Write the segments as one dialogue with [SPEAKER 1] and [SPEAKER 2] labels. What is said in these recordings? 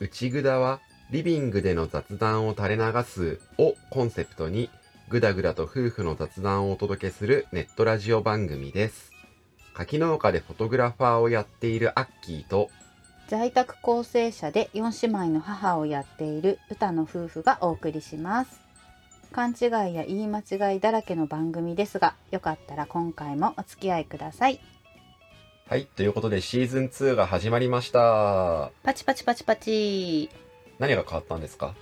[SPEAKER 1] 内ぐだはリビングでの雑談を垂れ流すをコンセプトにぐだぐだと夫婦の雑談をお届けするネットラジオ番組です柿農家でフォトグラファーをやっているアッキーと
[SPEAKER 2] 在宅構成者で4姉妹の母をやっている歌の夫婦がお送りします勘違いや言い間違いだらけの番組ですがよかったら今回もお付き合いください
[SPEAKER 1] はいということでシーズン2が始まりました
[SPEAKER 2] パチパチパチパチ
[SPEAKER 1] 何が変わったんですか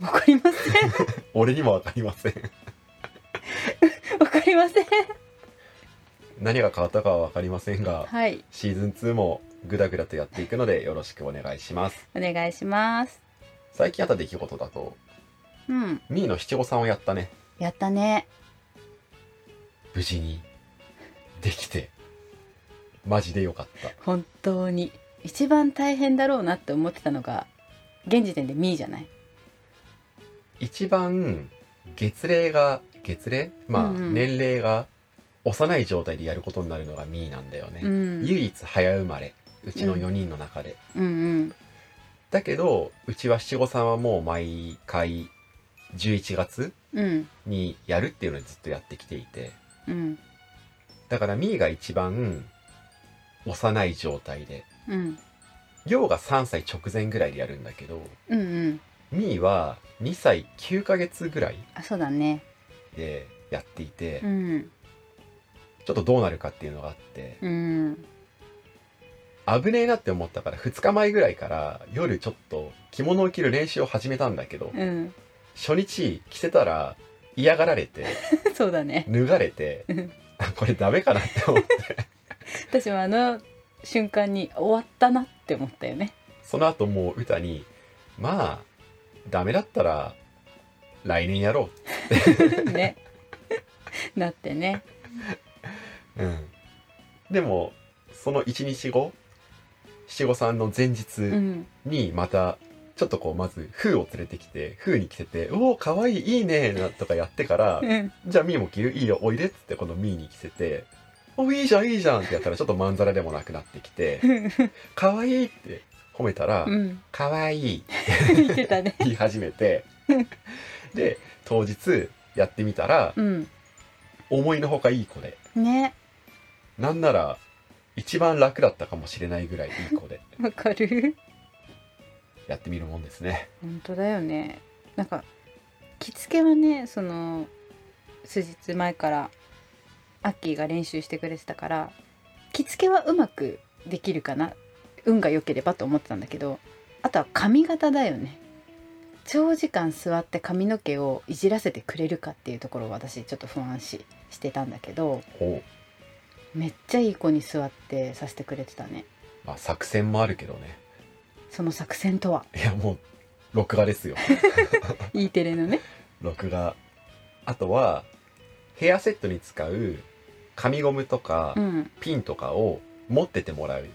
[SPEAKER 2] わかりません
[SPEAKER 1] 俺にもわかりません
[SPEAKER 2] わかりません
[SPEAKER 1] 何が変わったかはわかりませんが
[SPEAKER 2] はい
[SPEAKER 1] シーズン2もぐだぐだとやっていくのでよろしくお願いします
[SPEAKER 2] お願いします
[SPEAKER 1] 最近あった出来事だと
[SPEAKER 2] うん
[SPEAKER 1] ミーの七五三をやったね
[SPEAKER 2] やったね
[SPEAKER 1] 無事にできてマジでよかった
[SPEAKER 2] 本当に一番大変だろうなって思ってたのが現時点でミーじゃない
[SPEAKER 1] 一番月齢が月齢まあ、
[SPEAKER 2] うんうん
[SPEAKER 1] 年齢が幼い状態でやることになるのがミーなんだよね、
[SPEAKER 2] うん
[SPEAKER 1] 唯一早生まれうちの4人の中で、
[SPEAKER 2] うんうん
[SPEAKER 1] だけどうちは七五三はもう毎回11月
[SPEAKER 2] うん
[SPEAKER 1] にやるっていうのをずっとやってきていて
[SPEAKER 2] うん
[SPEAKER 1] だからミーが一番幼い状態で
[SPEAKER 2] うん
[SPEAKER 1] りょうが3歳直前ぐらいでやるんだけど
[SPEAKER 2] うんうん
[SPEAKER 1] ミーは2歳9ヶ月ぐらい
[SPEAKER 2] あそうだね
[SPEAKER 1] でやっていて、
[SPEAKER 2] うん
[SPEAKER 1] ちょっとどうなるかっていうのがあって、
[SPEAKER 2] うん
[SPEAKER 1] 危ねえなって思ったから2日前ぐらいから夜ちょっと着物を着る練習を始めたんだけど、
[SPEAKER 2] うん
[SPEAKER 1] 初日着せたら嫌がられて
[SPEAKER 2] そうだね
[SPEAKER 1] 脱がれて
[SPEAKER 2] うん
[SPEAKER 1] あ これダメかなって思って
[SPEAKER 2] 私もあの瞬間に終わったなって思ったよね
[SPEAKER 1] その後もう歌にまあダメだったら来年やろ
[SPEAKER 2] ね なってね
[SPEAKER 1] う、うん、でもその1日後七五三の前日、
[SPEAKER 2] うん
[SPEAKER 1] にまたちょっとこうまずフーを連れてきてフーに着せて「おおかわいいいいね」なとかやってから
[SPEAKER 2] うん
[SPEAKER 1] 「じゃあミーも着るいいよおいで」っつってこのミーに着せて「おいいじゃんいいじゃん」ってやったらちょっとまんざらでもなくなってき て「かわいい」って褒めたら
[SPEAKER 2] うん
[SPEAKER 1] 「かわいい」って
[SPEAKER 2] 言ってたね
[SPEAKER 1] 言い始めてで当日やってみたら
[SPEAKER 2] うん
[SPEAKER 1] 思いのほかいい子で
[SPEAKER 2] ね
[SPEAKER 1] なんなら一番楽だったかもしれないぐらいいい子で
[SPEAKER 2] わかる
[SPEAKER 1] やってみるもんですね。
[SPEAKER 2] 本当だよねなんか着付けはねその数日前からアッキーが練習してくれてたから着付けはうまくできるかな運が良ければと思ってたんだけどあとは髪型だよね長時間座って髪の毛をいじらせてくれるかっていうところを私ちょっと不安視してたんだけど
[SPEAKER 1] お
[SPEAKER 2] めっちゃいい子に座ってさせてくれてたね
[SPEAKER 1] まあ作戦もあるけどね。
[SPEAKER 2] その作戦 とはい
[SPEAKER 1] やもう録画ですよ
[SPEAKER 2] E テレのね
[SPEAKER 1] 録画あとはヘアセットに使う紙ゴムとか
[SPEAKER 2] うん
[SPEAKER 1] ピンとかを持っててもらう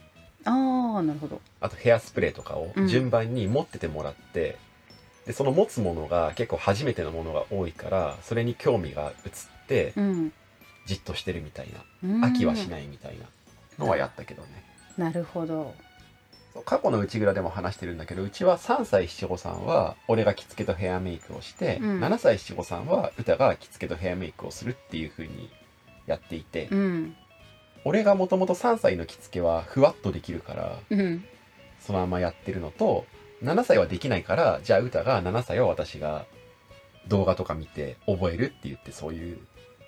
[SPEAKER 2] ああなるほど
[SPEAKER 1] あとヘアスプレーとかを
[SPEAKER 2] うん
[SPEAKER 1] 順番に持っててもらって、でその持つものが結構初めてのものが多いからそれに興味が移って
[SPEAKER 2] うん
[SPEAKER 1] じっとしてるみたいな
[SPEAKER 2] うん
[SPEAKER 1] 飽きはしないみたいなのはやったけどね
[SPEAKER 2] なるほど。
[SPEAKER 1] そう過去の内蔵でも話してるんだけどうちは3歳七五三は俺が着付けとヘアメイクをして、
[SPEAKER 2] うん
[SPEAKER 1] 7歳七五三は歌が着付けとヘアメイクをするっていう風にやっていて、
[SPEAKER 2] うん。
[SPEAKER 1] 俺がもともと3歳の着付けはふわっとできるから
[SPEAKER 2] うん。
[SPEAKER 1] そのままやってるのと7歳はできないからじゃあ歌が7歳は私が動画とか見て覚えるって言ってそういう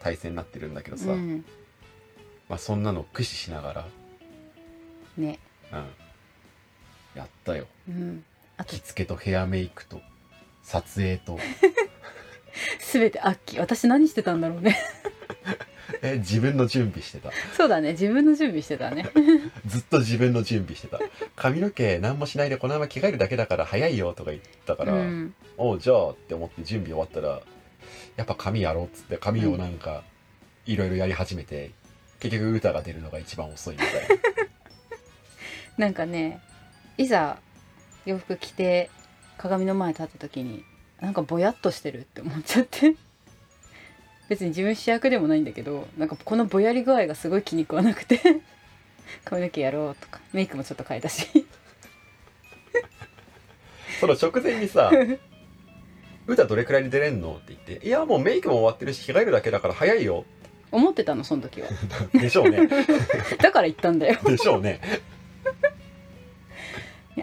[SPEAKER 1] 体制になってるんだけどさ、
[SPEAKER 2] うん。
[SPEAKER 1] まあ、そんなのを駆使しなが
[SPEAKER 2] ね。
[SPEAKER 1] ら、うん、やったよ
[SPEAKER 2] うん。あ と
[SPEAKER 1] 着、付けとヘアメイクと撮影と。
[SPEAKER 2] すべてアッキー。私何してたんだろうね。
[SPEAKER 1] え自分の準備してた
[SPEAKER 2] そうだね自分の準備してたね
[SPEAKER 1] ずっと自分の準備してた髪の毛何もしないでこのまま着替えるだけだから早いよとか言ったから、
[SPEAKER 2] うん
[SPEAKER 1] おうじゃあって思って準備終わったらやっぱ髪やろうっつって髪をなんかいろいろやり始めて、結局歌が出るのが一番遅いみたい な
[SPEAKER 2] なんかねいざ洋服着て鏡の前立った時になんかぼやっとしてるって思っちゃって 別に自分主役でもないんだけどなんかこのぼやり具合がすごい気に食わなくて 髪の毛やろうとかメイクもちょっと変えたし
[SPEAKER 1] その直前にさ「歌どれくらいに出れんの?」って言って「いやもうメイクも終わってるし着替えるだけだから早いよ
[SPEAKER 2] 思ってたのその時は」
[SPEAKER 1] でしょう ね
[SPEAKER 2] だから言ったんだよ
[SPEAKER 1] でしょうね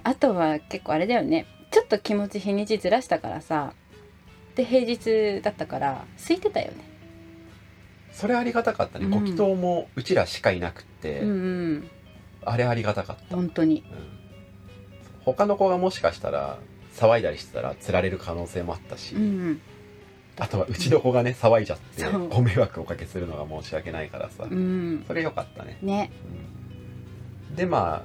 [SPEAKER 2] あとは結構あれだよねちょっと気持ち日にちずらしたからさで平日だったから空いてたよね
[SPEAKER 1] それありがたかったね、
[SPEAKER 2] うん
[SPEAKER 1] ご祈祷もうちらしかいなくって、
[SPEAKER 2] うんうん
[SPEAKER 1] あれありがたかった、うん
[SPEAKER 2] 本当に
[SPEAKER 1] 他の子がもしかしたら騒いだりしてたら釣られる可能性もあったし、
[SPEAKER 2] うんうん
[SPEAKER 1] あとはうちの子がね騒いじゃって
[SPEAKER 2] そう
[SPEAKER 1] ご迷惑をおかけするのが申し訳ないからさ、
[SPEAKER 2] うん
[SPEAKER 1] それ良かったね、
[SPEAKER 2] ね
[SPEAKER 1] うんでまあ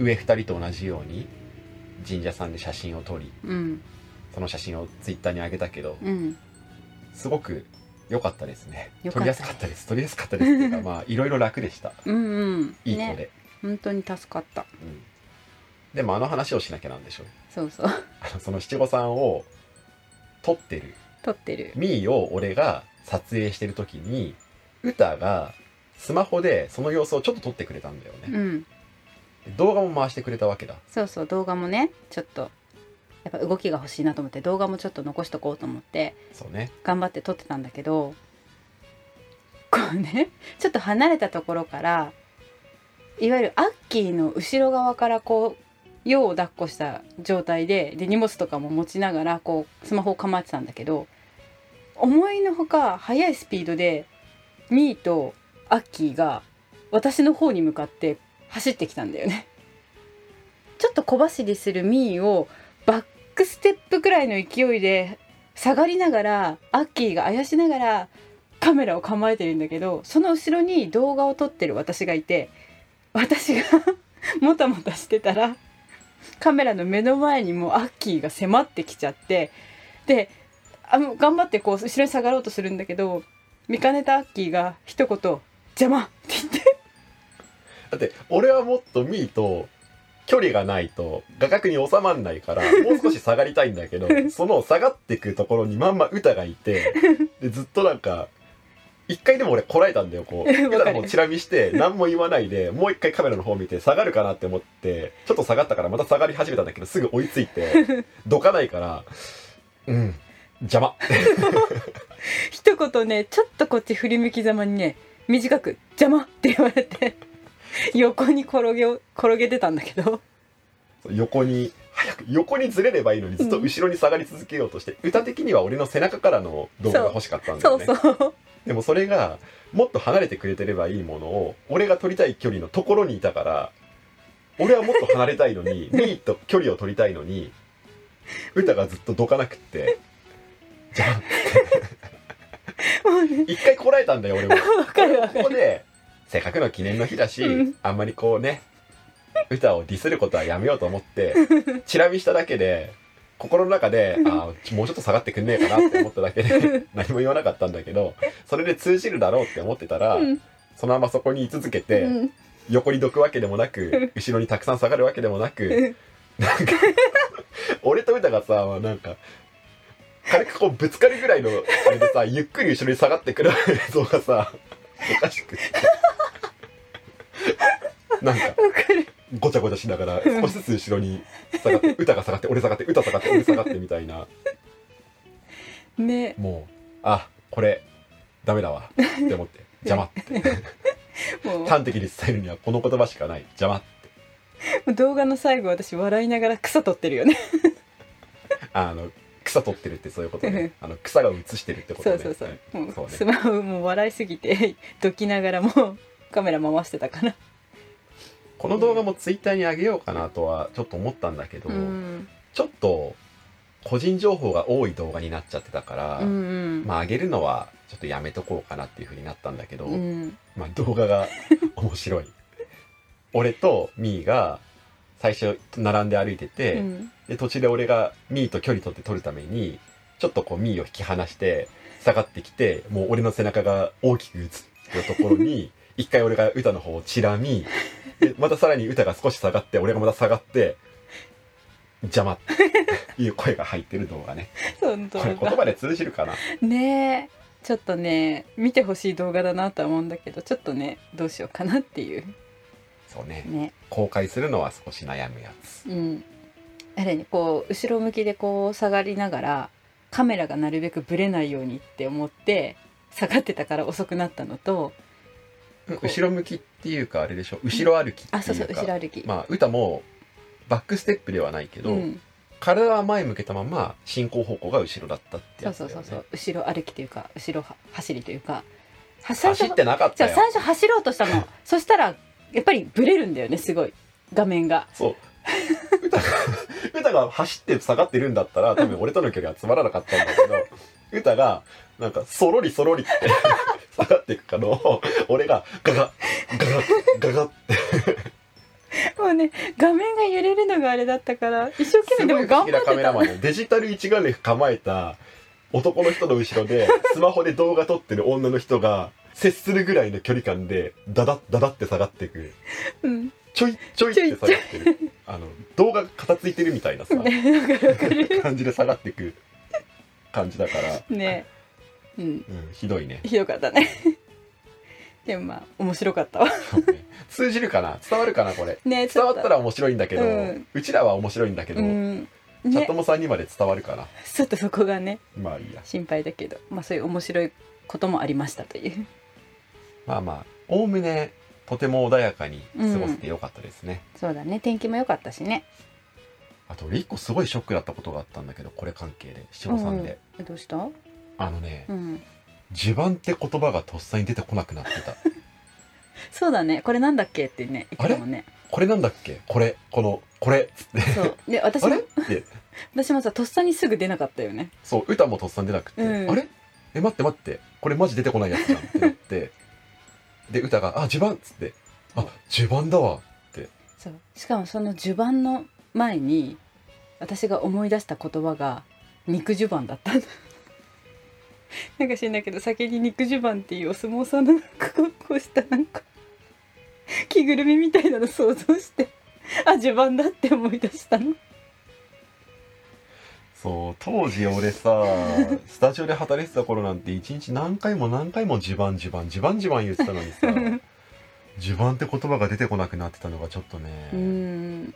[SPEAKER 1] 上2人と同じように神社さんで写真を撮り
[SPEAKER 2] うん
[SPEAKER 1] その写真をツイッターに上げたけど
[SPEAKER 2] うん
[SPEAKER 1] すごく良かったですね
[SPEAKER 2] 良
[SPEAKER 1] 撮
[SPEAKER 2] かった
[SPEAKER 1] り
[SPEAKER 2] ね
[SPEAKER 1] やすかったです撮りやすかったですっていう かまあいろいろ楽でした
[SPEAKER 2] うんうん
[SPEAKER 1] いい子で、
[SPEAKER 2] ね本当に助かった
[SPEAKER 1] うんでもあの話をしなきゃなんでしょう
[SPEAKER 2] そう そう
[SPEAKER 1] あのその七五三を撮ってる
[SPEAKER 2] 撮ってる
[SPEAKER 1] ミーを俺が撮影してる時に歌がスマホでその様子をちょっと撮ってくれたんだよ
[SPEAKER 2] う
[SPEAKER 1] ね、
[SPEAKER 2] ん
[SPEAKER 1] 動画も回してくれたわけだ
[SPEAKER 2] そうそう動画もねちょっとやっぱ動きが欲しいなと思って動画もちょっと残しとこうと思って
[SPEAKER 1] そうね
[SPEAKER 2] 頑張って撮ってたんだけどこうねちょっと離れたところからいわゆるアッキーの後ろ側からこう用を抱っこした状態でで荷物とかも持ちながらこうスマホを構えてたんだけど思いのほか速いスピードでミーとアッキーが私の方に向かって走ってきたんだよね。ちょっと小走りするミーをバックステップくらいの勢いで下がりながらアッキーがあやしながらカメラを構えてるんだけどその後ろに動画を撮ってる私がいて私が もたもたしてたらカメラの目の前にもうアッキーが迫ってきちゃってであの頑張ってこう後ろに下がろうとするんだけど見かねたアッキーが一言「邪魔!」って言って
[SPEAKER 1] だって俺はもっとミーと距離がないと画角に収まんないからもう少し下がりたいんだけど その下がってくところにまんま歌がいてでずっとなんか一回でも俺こらえたんだよこう
[SPEAKER 2] わか
[SPEAKER 1] 歌
[SPEAKER 2] る
[SPEAKER 1] もチラ見して何も言わないでもう一回カメラの方見て下がるかなって思ってちょっと下がったからまた下がり始めたんだけどすぐ追いついてどかないからうん邪魔
[SPEAKER 2] 一言ねちょっとこっち振り向きざまにね短く「邪魔!」って言われて横に転げを転げてたんだけど
[SPEAKER 1] 横に早く横にずれればいいのにずっと後ろに下がり続けようとして、歌的には俺の背中からの動画が欲しかったんだ
[SPEAKER 2] そ
[SPEAKER 1] よ
[SPEAKER 2] う
[SPEAKER 1] ね
[SPEAKER 2] そう
[SPEAKER 1] でもそれがもっと離れてくれてればいいものを俺が取りたい距離のところにいたから俺はもっと離れたいの にミーと距離を取りたいのに歌がずっとどかなくってじゃあ
[SPEAKER 2] もうね
[SPEAKER 1] 一回こらえたんだよ俺も
[SPEAKER 2] わかるわか
[SPEAKER 1] ここ
[SPEAKER 2] る
[SPEAKER 1] でせっかくの記念の日だし、
[SPEAKER 2] うん
[SPEAKER 1] あんまりこうね歌をディスることはやめようと思ってチラ見しただけで心の中であーちもうちょっと下がってくんねえかなって思っただけで何も言わなかったんだけどそれで通じるだろうって思ってたら、
[SPEAKER 2] うん
[SPEAKER 1] そのままそこに居続けて、
[SPEAKER 2] うん
[SPEAKER 1] 横にどくわけでもな く後ろにたくさん下がるわけでもなくなんか俺と歌がさなんか軽くこうぶつかるぐらいのあれで さゆっくり後ろに下がってくる映像がさおかしくてなんか
[SPEAKER 2] わかる
[SPEAKER 1] ごちゃごちゃしながら少しずつ後ろに下がって歌が下がって俺下がって歌下がって俺下がってみたいな
[SPEAKER 2] ね
[SPEAKER 1] もうあこれダメだわって思って邪魔 って
[SPEAKER 2] も
[SPEAKER 1] 端的に伝えるにはこの言葉しかない邪魔
[SPEAKER 2] う動画の最後私笑いながら草取ってるよね
[SPEAKER 1] あの草取ってるってそういうことね。あの草が映してるってこと
[SPEAKER 2] そう
[SPEAKER 1] ね。
[SPEAKER 2] そうそう
[SPEAKER 1] はい
[SPEAKER 2] も
[SPEAKER 1] そう
[SPEAKER 2] う
[SPEAKER 1] ね
[SPEAKER 2] スマホもう笑いすぎてどきながらもうカメラ回してたから
[SPEAKER 1] この動画もツイッターに上げようかなとはちょっと思ったんだけど、
[SPEAKER 2] うん
[SPEAKER 1] ちょっと個人情報が多い動画になっちゃってたから、
[SPEAKER 2] うんうん
[SPEAKER 1] まあ上げるのはちょっとやめとこうかなっていうふうになったんだけど、
[SPEAKER 2] うん
[SPEAKER 1] まあ、動画が面白い俺とミーが最初並んで歩いてて、
[SPEAKER 2] うん
[SPEAKER 1] で途中で俺がミーと距離取って取るためにちょっとこうミーを引き離して下がってきてもう俺の背中が大きく映ってるところに 一回俺が歌の方をチラ見でまたさらに歌が少し下がって俺がまた下がって邪魔っていう声が入ってる動画ね
[SPEAKER 2] 本当
[SPEAKER 1] これ言葉で通じるかな
[SPEAKER 2] だねえちょっとね見てほしい動画だなとは思うんだけどちょっとねどうしようかなっていう
[SPEAKER 1] そうね
[SPEAKER 2] ね
[SPEAKER 1] 公開するのは少し悩むやつ
[SPEAKER 2] うんあれねこう後ろ向きでこう下がりながらカメラがなるべくブレないようにって思って下がってたから遅くなったのとこう
[SPEAKER 1] 後ろ向きっていうかあれでしょ後ろ歩きっていうか
[SPEAKER 2] あそうそう後ろ歩き、
[SPEAKER 1] まあ歌もバックステップではないけど、
[SPEAKER 2] うん、
[SPEAKER 1] 体は前向けたまま進行方向が後ろだったって
[SPEAKER 2] そ
[SPEAKER 1] や
[SPEAKER 2] う
[SPEAKER 1] つだ
[SPEAKER 2] そ
[SPEAKER 1] よ、
[SPEAKER 2] う
[SPEAKER 1] ね、
[SPEAKER 2] そうそう後ろ歩きというか後ろは走りというかは最
[SPEAKER 1] 走
[SPEAKER 2] 初
[SPEAKER 1] ってなかっ
[SPEAKER 2] じゃ
[SPEAKER 1] た
[SPEAKER 2] あ
[SPEAKER 1] よ
[SPEAKER 2] 最初走ろうとした のそしたらやっぱりブレるんだよねすごい画面が
[SPEAKER 1] そう 歌が歌が走って下がってるんだったら多分俺との距離はつまらなかったんだけど歌がなんかそろりそろりって 下がっていくかのを俺がガガガガガガって
[SPEAKER 2] もうね画面が揺れるのがあれだったから一生懸命
[SPEAKER 1] す
[SPEAKER 2] で
[SPEAKER 1] ご
[SPEAKER 2] も
[SPEAKER 1] い好
[SPEAKER 2] 頑
[SPEAKER 1] き
[SPEAKER 2] 張
[SPEAKER 1] な
[SPEAKER 2] っ
[SPEAKER 1] カ
[SPEAKER 2] て
[SPEAKER 1] メラ
[SPEAKER 2] た
[SPEAKER 1] マンでデジタル一眼レフ構えた男の人の後ろでスマホで動画撮ってる女の人が接するぐらいの距離感でダダッダダって下がっていく。
[SPEAKER 2] うん
[SPEAKER 1] ちょいちょいって下がってるあの動画が片付いてるみたい なさ
[SPEAKER 2] ねわかるわかる
[SPEAKER 1] 感じで下がってく感じだから、
[SPEAKER 2] ねうん
[SPEAKER 1] うん、ひどいね
[SPEAKER 2] ひどかったね でもまあ面白かったわ
[SPEAKER 1] そうね通じるかな伝わるかなこれ
[SPEAKER 2] ね
[SPEAKER 1] 伝わった
[SPEAKER 2] ら
[SPEAKER 1] ら面白いんだけど、
[SPEAKER 2] う
[SPEAKER 1] うんちらは面白いんだけど、
[SPEAKER 2] うん
[SPEAKER 1] チャッ
[SPEAKER 2] ね
[SPEAKER 1] トモさんにまで伝わるかな
[SPEAKER 2] ちょっとそこがね
[SPEAKER 1] まあいいや
[SPEAKER 2] 心配だけどまあそういう面白いこともありましたという
[SPEAKER 1] まあまあおおむねとても穏やかに過ごせてよかったですね、
[SPEAKER 2] そうだね天気も良かったしね
[SPEAKER 1] あと俺一個すごいショックだったことがあったんだけどこれ関係で七五三で、
[SPEAKER 2] うんどうした
[SPEAKER 1] あのね
[SPEAKER 2] うん
[SPEAKER 1] 地盤って言葉がとっさに出てこなくなってた
[SPEAKER 2] そうだねこれなんだっけってね言ってたもんね
[SPEAKER 1] これなんだっけこれこのこれつって
[SPEAKER 2] そうで私
[SPEAKER 1] あ
[SPEAKER 2] も
[SPEAKER 1] れって
[SPEAKER 2] 私もさとっさにすぐ出なかったよね
[SPEAKER 1] そう歌もとっさに出なくて、
[SPEAKER 2] うん
[SPEAKER 1] あれえ待って待ってこれマジ出てこないやつだってなって で歌が「あ地盤」っつって「あ地盤だわ
[SPEAKER 2] そうしかもその序盤の前に私が思い出した言葉が肉襦袢だった のなんか知んないけど先に肉襦袢っていうお相撲さんの格好をしたなんか着ぐるみみたいなの想像してあ襦袢だって思い出したの」
[SPEAKER 1] そう当時俺さスタジオで働いてた頃なんて一日何回も何回も地盤地盤地盤地盤言ってたのにさ 地盤って言葉が出てこなくなってたのがちょっとね、
[SPEAKER 2] うーんね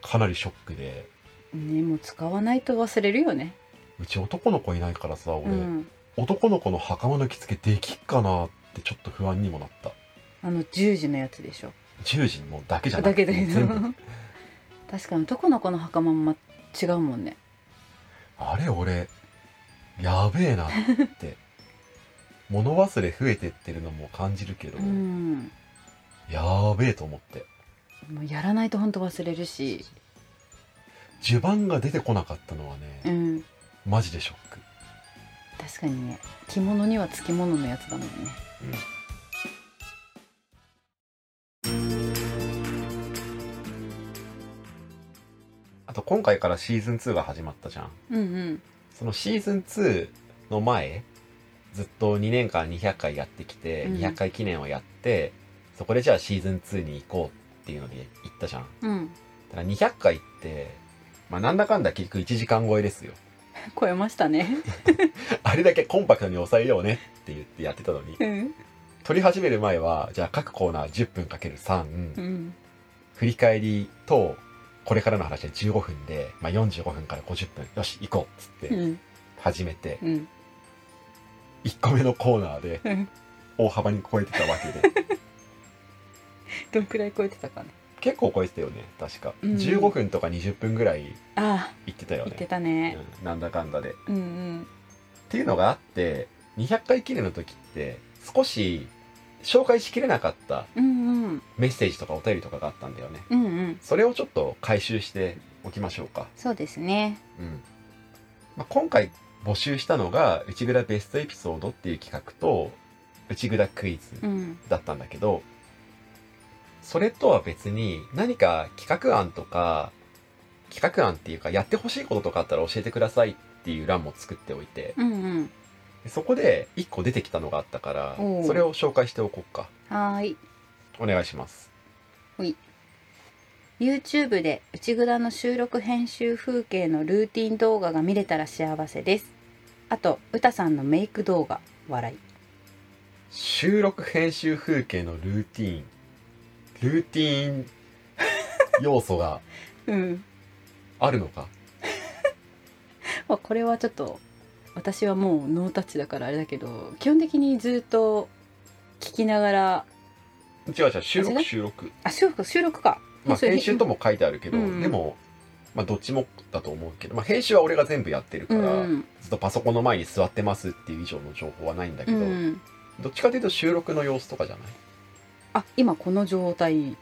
[SPEAKER 1] かなりショックで
[SPEAKER 2] もう使わないと忘れるよね
[SPEAKER 1] うち男の子いないからさ
[SPEAKER 2] う
[SPEAKER 1] 俺、
[SPEAKER 2] ん
[SPEAKER 1] 男の子の袴の着付けできっかなってちょっと不安にもなった
[SPEAKER 2] あの十字のやつでしょ
[SPEAKER 1] 10時もうだけじゃな
[SPEAKER 2] だ
[SPEAKER 1] くて
[SPEAKER 2] けだけ
[SPEAKER 1] 全
[SPEAKER 2] ど
[SPEAKER 1] 部
[SPEAKER 2] 確かに男の子の袴もま違うもんね
[SPEAKER 1] あれ俺やべえなって 物忘れ増えてってるのも感じるけど、
[SPEAKER 2] うん
[SPEAKER 1] やーべえと思って
[SPEAKER 2] もうやらないと本当忘れるし、
[SPEAKER 1] 序盤が出てこなかったのはね、
[SPEAKER 2] うん、
[SPEAKER 1] マジでショック
[SPEAKER 2] 確かにね着物にはつきもののやつだもんね
[SPEAKER 1] あと今回からシーズン2が始まったじゃん
[SPEAKER 2] うんうん
[SPEAKER 1] そのシーズン2の前ずっと2年間200回やってきて、
[SPEAKER 2] うん
[SPEAKER 1] 200回記念をやってそこでじゃあシーズン2に行こうっていうので行ったじゃん
[SPEAKER 2] うん
[SPEAKER 1] ただ200回って、まあ、なんだかんだ結局1時間超えですよ
[SPEAKER 2] 超えましたね
[SPEAKER 1] あれだけコンパクトに抑えようねって言ってやってたのに
[SPEAKER 2] うん
[SPEAKER 1] 撮り始める前はじゃあ各コーナー10分かける3、
[SPEAKER 2] うん
[SPEAKER 1] 振り返りとこれからの話で15分で、まあ、45分から50分よし行こうっつっ
[SPEAKER 2] う
[SPEAKER 1] て
[SPEAKER 2] ん
[SPEAKER 1] 始めて、
[SPEAKER 2] うん
[SPEAKER 1] 1個目のコーナーで
[SPEAKER 2] うん
[SPEAKER 1] 大幅に超えてたわけ で
[SPEAKER 2] どんくらい超えてたかね
[SPEAKER 1] 結構超えてたよね確か、
[SPEAKER 2] うん
[SPEAKER 1] 15分とか20分ぐらい
[SPEAKER 2] ああ
[SPEAKER 1] 行ってたよ
[SPEAKER 2] 言って
[SPEAKER 1] ね、
[SPEAKER 2] たね
[SPEAKER 1] うんなんだかんだでっ
[SPEAKER 2] うんうん
[SPEAKER 1] ていうのがあって200回記念の時って少し紹介しきれなかった
[SPEAKER 2] うんうん
[SPEAKER 1] メッセージとかお便りとかがあったんだよね
[SPEAKER 2] うんうん
[SPEAKER 1] それをちょっと回収しておきましょうか
[SPEAKER 2] そうですね
[SPEAKER 1] うんまあ、今回募集したのが「内蔵ベストエピソード」っていう企画と「内蔵クイズ」
[SPEAKER 2] うん
[SPEAKER 1] だったんだけどそれとは別に何か企画案とか企画案っていうかやってほしいこととかあったら教えてくださいっていう欄も作っておいて
[SPEAKER 2] うんうん
[SPEAKER 1] そこで1個出てきたのがあったから
[SPEAKER 2] おう
[SPEAKER 1] それを紹介しておこうか
[SPEAKER 2] はーい
[SPEAKER 1] お願いします
[SPEAKER 2] YouTube で内蔵の収録編集風景のルーティン動画が見れたら幸せですあと歌さんのメイク動画笑い
[SPEAKER 1] 収録編集風景のルーティーンルーティーン要素が
[SPEAKER 2] うん
[SPEAKER 1] あるのか
[SPEAKER 2] まあこれはちょっと私はもうノータッチだからあれだけど基本的にずっと聞きながら
[SPEAKER 1] 違う違う収
[SPEAKER 2] 違
[SPEAKER 1] 録
[SPEAKER 2] う
[SPEAKER 1] 収録
[SPEAKER 2] あ収録収録か
[SPEAKER 1] まあ、
[SPEAKER 2] そういう
[SPEAKER 1] 編集とも書いてあるけど、
[SPEAKER 2] うん
[SPEAKER 1] でも、まあ、どっちもだと思うけど、まあ、編集は俺が全部やってるか
[SPEAKER 2] う
[SPEAKER 1] ら、
[SPEAKER 2] んうん
[SPEAKER 1] ずっとパソコンの前に座ってますっていう以上の情報はないんだけ
[SPEAKER 2] う
[SPEAKER 1] ど、
[SPEAKER 2] ん
[SPEAKER 1] どっちかというと収録の様子とかじゃない
[SPEAKER 2] あ今この状態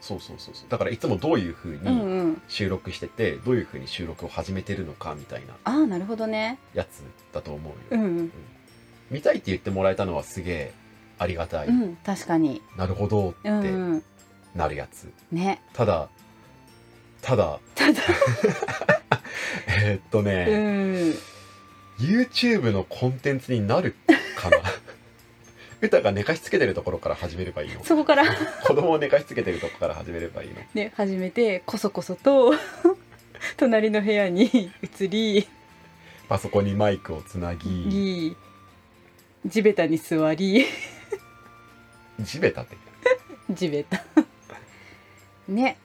[SPEAKER 1] そうそうそうそうだからいつもどういうふう
[SPEAKER 2] うん
[SPEAKER 1] に
[SPEAKER 2] うん
[SPEAKER 1] 収録してて、どういうふうに収録を始めてるのかみたいな
[SPEAKER 2] ああなるほどね
[SPEAKER 1] やつだと思うよ、
[SPEAKER 2] うんうん
[SPEAKER 1] 見たいって言ってもらえたのはすげえありがたい、
[SPEAKER 2] うん確かに
[SPEAKER 1] なるほどっ
[SPEAKER 2] うん
[SPEAKER 1] て
[SPEAKER 2] うん
[SPEAKER 1] なるやつ、
[SPEAKER 2] ね
[SPEAKER 1] ただただ
[SPEAKER 2] ただ
[SPEAKER 1] えーっとね、
[SPEAKER 2] うん、
[SPEAKER 1] YouTube のコンテンツになるかな 歌が寝かしつけてるところから始めればいいの
[SPEAKER 2] そこから
[SPEAKER 1] 子供を寝かしつけてるとこから始めればいいの
[SPEAKER 2] ね始めてこそこそと 隣の部屋に移り
[SPEAKER 1] パソコンにマイクをつなぎ
[SPEAKER 2] り地べたに座り
[SPEAKER 1] 地べたって
[SPEAKER 2] 地べたね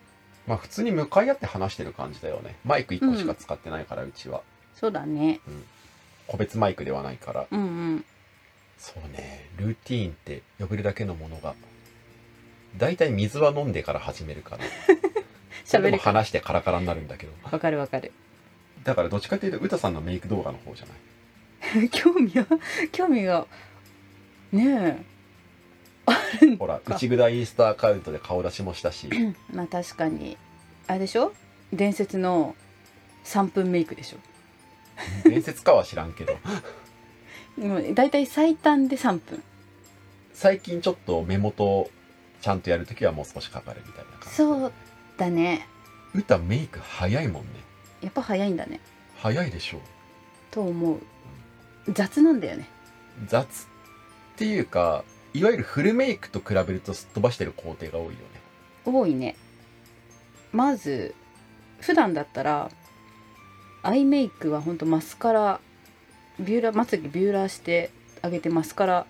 [SPEAKER 1] まあ普通に向かい合って話してる感じだよねマイク1個しか使ってないから、うちは
[SPEAKER 2] そうだね
[SPEAKER 1] 個別マイクではないから
[SPEAKER 2] うんうん
[SPEAKER 1] そうねルーティーンって呼べるだけのものがだいたい水は飲んでから始めるからそれで
[SPEAKER 2] 喋
[SPEAKER 1] も
[SPEAKER 2] る
[SPEAKER 1] 話してカラカラになるんだけど
[SPEAKER 2] わかるわかる
[SPEAKER 1] だからどっちかというと歌さんのメイク動画の方じゃない
[SPEAKER 2] 興味は興味がね
[SPEAKER 1] ほら内ぐだインスタアカウントで顔出しもしたし
[SPEAKER 2] えまあ確かにあれでしょ伝説の3分メイクでしょ
[SPEAKER 1] 伝説かは知らんけど
[SPEAKER 2] もう大体最短で3分
[SPEAKER 1] 最近ちょっと目元をちゃんとやるときはもう少しかかるみたいな感じ
[SPEAKER 2] そうだね
[SPEAKER 1] 歌メイク早いもんね
[SPEAKER 2] やっぱ早いんだね
[SPEAKER 1] 早いでしょう
[SPEAKER 2] と思う雑なんだよね
[SPEAKER 1] 雑っていうかいわゆるフルメイクと比べるとすっ飛ばしてる工程が多いよね
[SPEAKER 2] 多いねまず普段だったらアイメイクはほんとマスカラビューラーまつげビューラーしてあげてマスカラ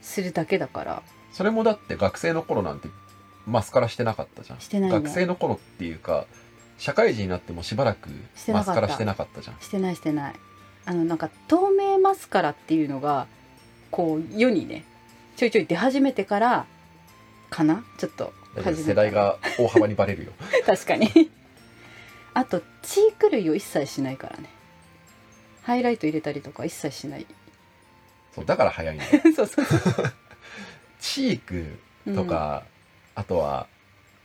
[SPEAKER 2] するだけだから
[SPEAKER 1] それもだって学生の頃なんてマスカラしてなかったじゃん
[SPEAKER 2] してないね
[SPEAKER 1] 学生の頃っていうか社会人になってもしばらく
[SPEAKER 2] して
[SPEAKER 1] マ
[SPEAKER 2] な
[SPEAKER 1] ス
[SPEAKER 2] かった
[SPEAKER 1] カラしてなかったじゃん
[SPEAKER 2] してないしてないあのなんか透明マスカラっていうのがこう世にねちょいちょい出始めてからかなちょっと
[SPEAKER 1] だけど
[SPEAKER 2] た
[SPEAKER 1] 世代が大幅にバレるよ
[SPEAKER 2] 確かにあとチーク類を一切しないからねハイライト入れたりとか一切しない
[SPEAKER 1] そうだから早いんだよ
[SPEAKER 2] そうそう
[SPEAKER 1] チーク
[SPEAKER 2] うん
[SPEAKER 1] とか、あとは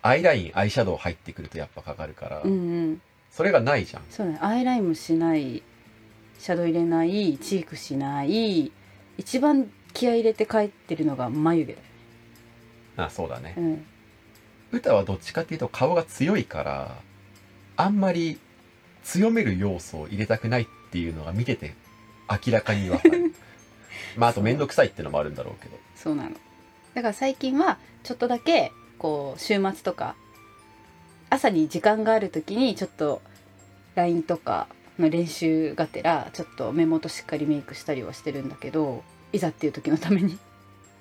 [SPEAKER 1] アイラインアイシャドウ入ってくるとやっぱかかるから、
[SPEAKER 2] うんうん
[SPEAKER 1] それがないじゃん
[SPEAKER 2] そうだねアイラインもしないシャドウ入れないチークしない一番気合い入れて帰ってるのが眉毛だよ
[SPEAKER 1] あそうだね
[SPEAKER 2] う、ん
[SPEAKER 1] 歌はどっちかっていうと顔が強いからあんまり強める要素を入れたくないっていうのが見てて明らかにわか るまああと面倒くさいってのもあるんだろうけど
[SPEAKER 2] そうなのだから最近はちょっとだけこう週末とか朝に時間がある時にちょっと LINE とかの練習がてらちょっと目元しっかりメイクしたりはしてるんだけどいざっていう時のために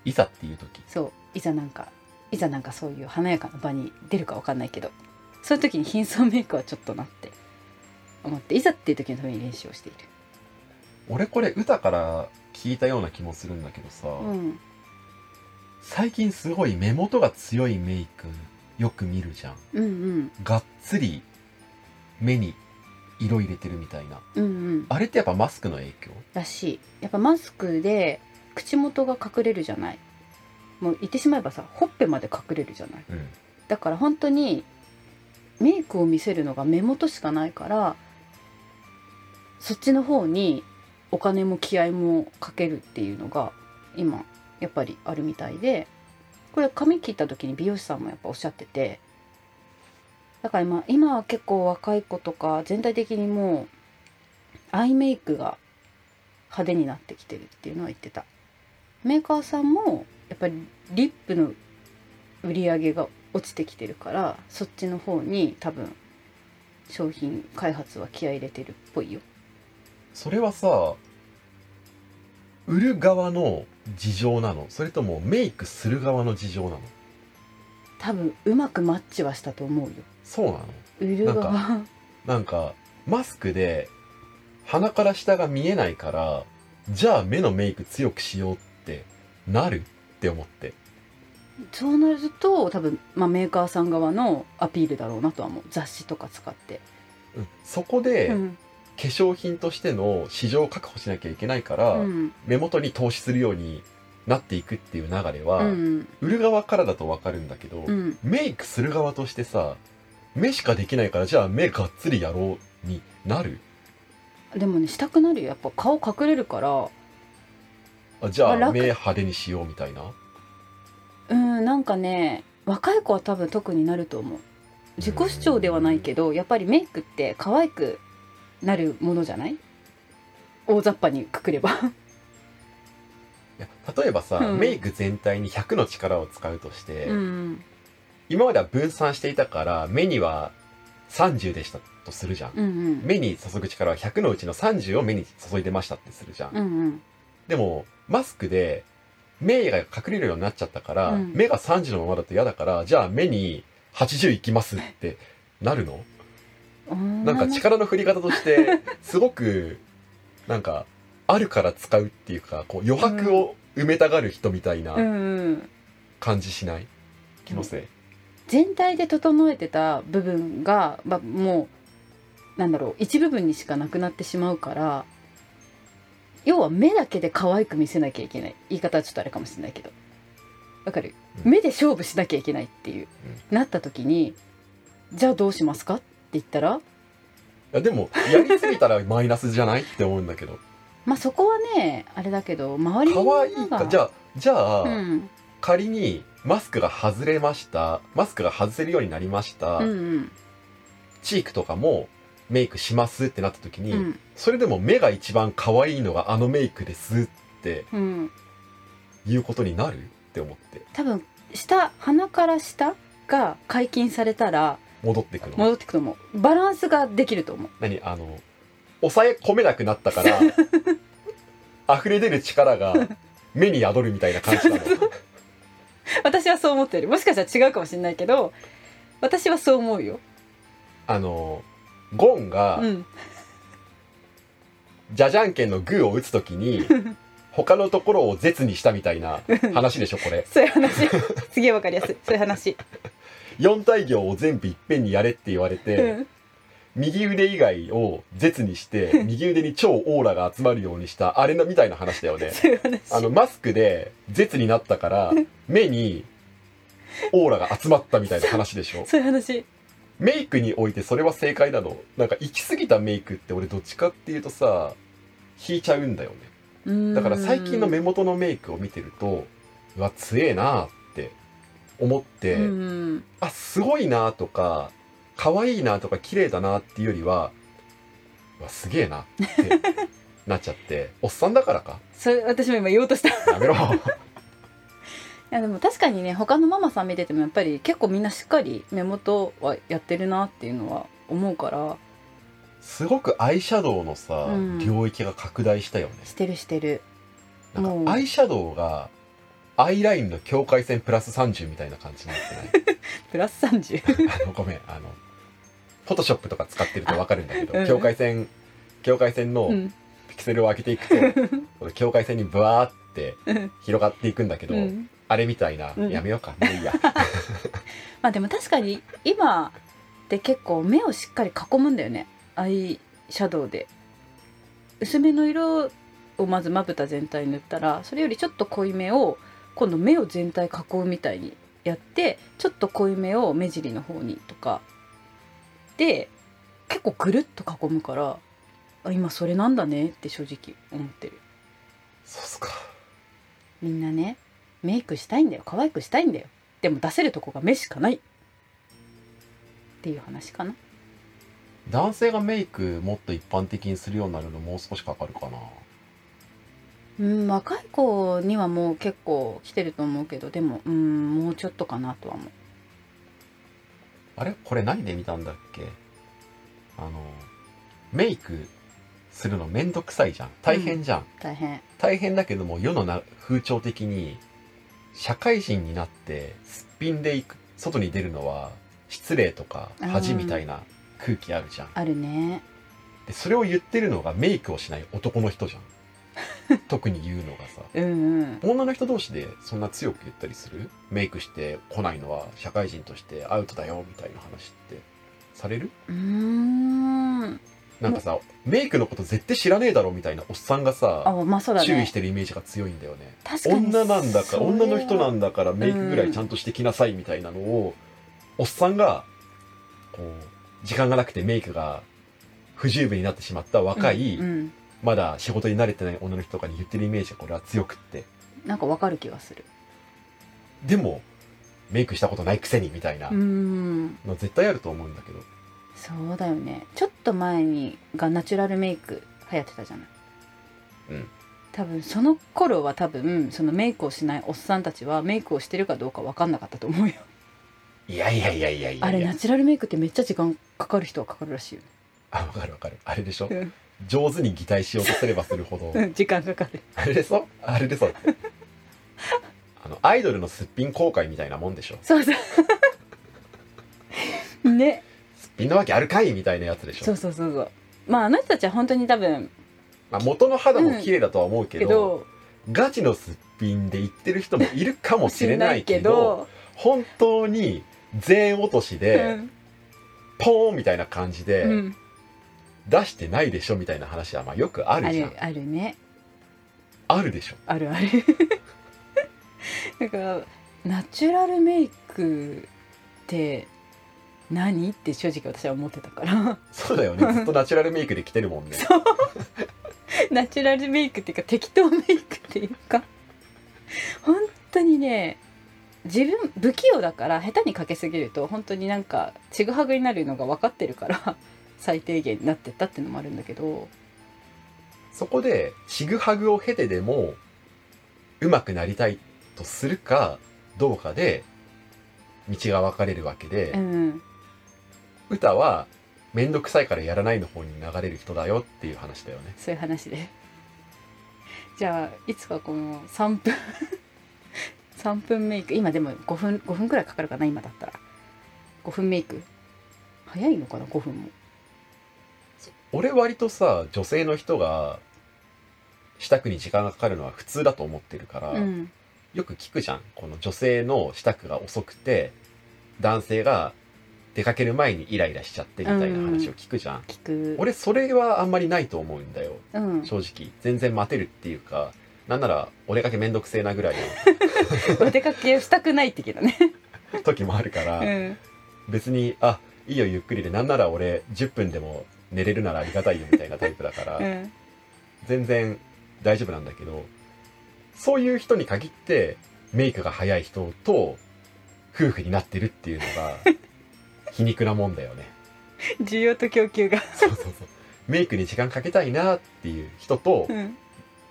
[SPEAKER 1] いざっていう時
[SPEAKER 2] そういざなんかいざなんかそういう華やかな場に出るかわかんないけどそういう時に貧相メイクはちょっとなって思っていざっていう時のために練習をしている
[SPEAKER 1] 俺これ歌から聞いたような気もするんだけどさ、
[SPEAKER 2] うん
[SPEAKER 1] 最近すごい目元が強いメイクよく見るじゃん
[SPEAKER 2] うんうん
[SPEAKER 1] がっつり目に色入れてるみたいな
[SPEAKER 2] うんうん
[SPEAKER 1] あれってやっぱマスクの影響
[SPEAKER 2] らしいやっぱマスクで口元が隠れるじゃないもう言ってしまえばさほっぺまで隠れるじゃない
[SPEAKER 1] うん
[SPEAKER 2] だから本当にメイクを見せるのが目元しかないからそっちの方にお金も気合もかけるっていうのが今やっぱりあるみたいでこれ髪切った時に美容師さんもやっぱおっしゃっててだから今今は結構若い子とか全体的にもうアイメイクが派手になってきてるっていうのは言ってたメーカーさんもやっぱりリップの売り上げが落ちてきてるからそっちの方に多分商品開発は気合い入れてるっぽいよ
[SPEAKER 1] それはさ売る側の事情なのそれともメイクする側の事情なの
[SPEAKER 2] 多分うまくマッチはしたと思うよ
[SPEAKER 1] そうなの
[SPEAKER 2] 売る側
[SPEAKER 1] ななんかマスクで鼻から下が見えないからじゃあ目のメイク強くしようってなるって思って
[SPEAKER 2] そうなると多分、まあ、メーカーさん側のアピールだろうなとは思う雑誌とか使って、
[SPEAKER 1] うんそこで
[SPEAKER 2] う
[SPEAKER 1] 化
[SPEAKER 2] ん
[SPEAKER 1] 粧品としての市場を確保しなきゃいけないから、
[SPEAKER 2] うん
[SPEAKER 1] 目元に投資するようになっていくっていう流れは、
[SPEAKER 2] うん
[SPEAKER 1] 売る側からだとわかるんだけど、
[SPEAKER 2] うん
[SPEAKER 1] メイクする側としてさ目しかできないからじゃあ目がっつりやろうになる
[SPEAKER 2] でもねしたくなるよやっぱ顔隠れるから
[SPEAKER 1] あじゃ
[SPEAKER 2] あ
[SPEAKER 1] あ
[SPEAKER 2] 楽
[SPEAKER 1] 目派手にしようみたいな
[SPEAKER 2] うんなんかね若い子は多分特になると思う自己主張ではないけどやっぱりメイクって可愛くなるものじゃない大雑把にくくれば
[SPEAKER 1] いや例えばさ、
[SPEAKER 2] うん
[SPEAKER 1] メイク全体に100の力を使うとして、
[SPEAKER 2] うん
[SPEAKER 1] 今までは分散していたから目には30でしたとするじゃん、
[SPEAKER 2] うんうん
[SPEAKER 1] 目に注ぐ力は100のうちの30を目に注いでましたってするじゃん、
[SPEAKER 2] うんうん
[SPEAKER 1] でもマスクで目が隠れるようになっちゃったから、
[SPEAKER 2] うん
[SPEAKER 1] 目が30のままだと嫌だからじゃあ目に80いきますってなるのな
[SPEAKER 2] 女
[SPEAKER 1] ん
[SPEAKER 2] の
[SPEAKER 1] か力の振り方としてすごくなんかあるから使うっていうかこう余白を埋めたがる人みたいな
[SPEAKER 2] うんうん
[SPEAKER 1] 感じしない気のせい
[SPEAKER 2] 全体で整えてた部分が、まあ、もうなんだろう一部分にしかなくなってしまうから要は目だけで可愛く見せなきゃいけない言い方はちょっとあれかもしれないけどわかる、
[SPEAKER 1] うん
[SPEAKER 2] 目で勝負しなきゃいけないっていう、なった時にじゃあどうしますかって言ったら
[SPEAKER 1] いやでもやりすぎたらマイナスじゃないって思うんだけど
[SPEAKER 2] まあそこはねあれだけど周り
[SPEAKER 1] 可愛いかじ
[SPEAKER 2] あ、
[SPEAKER 1] ゃあじゃあ、
[SPEAKER 2] うん、
[SPEAKER 1] 仮にマスクが外れましたマスクが外せるようになりました、
[SPEAKER 2] うんうん
[SPEAKER 1] チークとかもメイクしますってなった時に、
[SPEAKER 2] うん
[SPEAKER 1] それでも目が一番可愛いのがあのメイクですって
[SPEAKER 2] うん
[SPEAKER 1] いうことになるって思って
[SPEAKER 2] 多分下鼻から下が解禁されたら
[SPEAKER 1] 戻ってくの
[SPEAKER 2] 戻ってくと思うバランスができると思う
[SPEAKER 1] 何あの抑え込めなくなったから 溢れ出る力が目に宿るみたいな感じ なの
[SPEAKER 2] 私はそう思ってるもしかしたら違うかもしれないけど私はそう思うよ
[SPEAKER 1] あのゴンが
[SPEAKER 2] うん
[SPEAKER 1] ジャジャンケンのグーを打つとき に他のところを絶にしたみたいな話でしょこれ
[SPEAKER 2] そういう話 すげえわかりやすいそういう話
[SPEAKER 1] 4大行を全部いっぺんにやれって言われて、
[SPEAKER 2] うん
[SPEAKER 1] 右腕以外を絶にして右腕に超オーラが集まるようにしたあれのみたいな話だよね
[SPEAKER 2] そういう話
[SPEAKER 1] あのマスクで絶になった から目にオーラが集まったみたいな話でしょ
[SPEAKER 2] そういう話
[SPEAKER 1] メイクにおいてそれは正解なのなんか行き過ぎたメイクって俺どっちかっていうとさ引いちゃうんだよねだから最近の目元のメイクを見てるとうわ強えなって思って、
[SPEAKER 2] うんうん
[SPEAKER 1] あすごいなとか可愛いなとか綺麗だなっていうよりはうわすげえなって なっちゃっておっさんだからか
[SPEAKER 2] それ私も今言おうとしたい
[SPEAKER 1] や めろ
[SPEAKER 2] やでも確かにね他のママさん見ててもやっぱり結構みんなしっかり目元はやってるなっていうのは思うから
[SPEAKER 1] すごくアイシャドウのさ、
[SPEAKER 2] うん
[SPEAKER 1] 領域が拡大したよね
[SPEAKER 2] してるしてる
[SPEAKER 1] なん
[SPEAKER 2] もう
[SPEAKER 1] かアイシャドウがアイラインの境界線プラス30みたいな感じになって
[SPEAKER 2] プラス30
[SPEAKER 1] ないあのごめんあのフォトショップとか使ってるとわかるんだけど、
[SPEAKER 2] うん
[SPEAKER 1] 境界線境界線の
[SPEAKER 2] うん
[SPEAKER 1] ピクセルを開けてい くと、この境界線にブワーって
[SPEAKER 2] うん
[SPEAKER 1] 広がっていくんだけど、
[SPEAKER 2] うん
[SPEAKER 1] あれみたいな、
[SPEAKER 2] うん
[SPEAKER 1] やめよう かもういいや
[SPEAKER 2] まあでも確かに今って結構目をしっかり囲むんだよねアイシャドウで薄めの色をまずまぶた全体に塗ったらそれよりちょっと濃いめを今度目を全体囲うみたいにやってちょっと濃いめを目尻の方にとかで結構ぐるっと囲むからあ今それなんだねって正直思ってる
[SPEAKER 1] そうっすか
[SPEAKER 2] みんなねメイクしたいんだよ可愛くしたいんだよでも出せるとこが目しかないっていう話かな
[SPEAKER 1] 男性がメイクもっと一般的にするようになるのもう少しかかるかな
[SPEAKER 2] うん若い子にはもう結構来てると思うけどでもうんもうちょっとかなとは思う
[SPEAKER 1] あれこれ何で見たんだっけあのメイクするのめんどくさいじゃん大変じゃん、
[SPEAKER 2] 大変
[SPEAKER 1] 大変だけども世のな風潮的に社会人になってすっぴんで行く外に出るのは失礼とか
[SPEAKER 2] あー
[SPEAKER 1] 恥みたいな空気あるじゃん
[SPEAKER 2] あるね
[SPEAKER 1] でそれを言ってるのがメイクをしない男の人じゃ ん特に言うのがさ
[SPEAKER 2] うんうん
[SPEAKER 1] 女の人同士でそんな強く言ったりするメイクしてこないのは社会人としてアウトだよみたいな話ってされる
[SPEAKER 2] うーん
[SPEAKER 1] なんかさメイクのこと絶対知らねえだろみたいなおっさんが
[SPEAKER 2] あ
[SPEAKER 1] さ
[SPEAKER 2] まあそうだね
[SPEAKER 1] 注意してるイメージが強いんだよね
[SPEAKER 2] 確かに
[SPEAKER 1] 女なんだから女の人な
[SPEAKER 2] だ
[SPEAKER 1] んだからメイクぐらいちゃんとしてきなさいみたいなのを、おっさんがこう時間がなくてメイクが不十分になってしまった若い、
[SPEAKER 2] うんうん
[SPEAKER 1] まだ仕事に慣れてない女の人とかに言ってるイメージがこれは強くって
[SPEAKER 2] なんかわかる気がする
[SPEAKER 1] でもメイクしたことないくせにみたいな
[SPEAKER 2] うん
[SPEAKER 1] の絶対あると思うんだけど、
[SPEAKER 2] そうだよねちょっと前にがナチュラルメイク流行ってたじゃない
[SPEAKER 1] うん
[SPEAKER 2] 多分その頃は多分そのメイクをしないおっさんたちはメイクをしてるかどうか分かんなかったと思うよ
[SPEAKER 1] いやいやいやいやいや
[SPEAKER 2] あ
[SPEAKER 1] い
[SPEAKER 2] れ
[SPEAKER 1] や
[SPEAKER 2] ナチュラルメイクってめっちゃ時間かかる人はかかるらしいよ
[SPEAKER 1] あわかるわかるあれでしょ
[SPEAKER 2] ね
[SPEAKER 1] 上手に擬態しようとすればするほど
[SPEAKER 2] うん時間かかる
[SPEAKER 1] あれでそうあれでそうあのアイドルのすっぴん公開みたいなもんでしょ
[SPEAKER 2] そうそう ね
[SPEAKER 1] すっぴんなわけあるかいみたいなやつでし
[SPEAKER 2] そ
[SPEAKER 1] ょ
[SPEAKER 2] う、そうそうそうまああの人たちは本当に多分
[SPEAKER 1] まあ、元の肌も綺麗だとは思うけ
[SPEAKER 2] け
[SPEAKER 1] ど、
[SPEAKER 2] ど
[SPEAKER 1] ガチのすっぴんで言ってる人もいるかもしれないけど
[SPEAKER 2] も
[SPEAKER 1] 本当に全落とし
[SPEAKER 2] しれ
[SPEAKER 1] で、
[SPEAKER 2] ないけ
[SPEAKER 1] ポーンみたいな感じで、
[SPEAKER 2] どうん、うん、
[SPEAKER 1] 出してないでしょみたいな話はまあよくあ
[SPEAKER 2] あ
[SPEAKER 1] るじゃん
[SPEAKER 2] るあるね
[SPEAKER 1] あるでしょ
[SPEAKER 2] あるあ るだからナチュラルメイクって何って正直私は思ってたから
[SPEAKER 1] そうだよ ねずっとナチュラルメイクで来てるもんね
[SPEAKER 2] ナチュラルメイクっていうか適当メイクっていうか 本当にね自分不器用だから下手にかけすぎると本当になんかちぐはぐになるのが分かってるから最低限になってったっていうのもあるんだけど
[SPEAKER 1] そこでちぐはぐを経てでも上手くなりたいとするかどうかで道が分かれるわけで、
[SPEAKER 2] うん
[SPEAKER 1] 歌は面倒くさいからやらないの方に流れる人だよっていう話だよね
[SPEAKER 2] そういう話で じゃあいつかこの3分 3分メイク今でも5分5分くらいかかるかな今だったら5分メイク早いのかな5分も
[SPEAKER 1] 俺割とさ女性の人が支度に時間がかかるのは普通だと思ってるから、
[SPEAKER 2] うん
[SPEAKER 1] よく聞くじゃんこの女性の支度が遅くて男性が出かける前にイライラしちゃってみたいな話を聞くじゃん、
[SPEAKER 2] 聞く
[SPEAKER 1] 俺それはあんまりないと思うんだよ
[SPEAKER 2] うん
[SPEAKER 1] 正直全然待てるっていうかなんならお出かけめんどくせえなぐらい
[SPEAKER 2] お出かけしたくないって言ってたね
[SPEAKER 1] の時もある から、
[SPEAKER 2] うん
[SPEAKER 1] 別にあいいよゆっくりでなんなら俺10分でも寝れるならありがたいよみたいなタイプだから、
[SPEAKER 2] うん
[SPEAKER 1] 全然大丈夫なんだけどそういう人に限ってメイクが早い人と夫婦になってるっていうのが 皮肉なもんだよね
[SPEAKER 2] 需要と供給が
[SPEAKER 1] そうそうそうメイクに時間かけたいなっていう人と
[SPEAKER 2] うん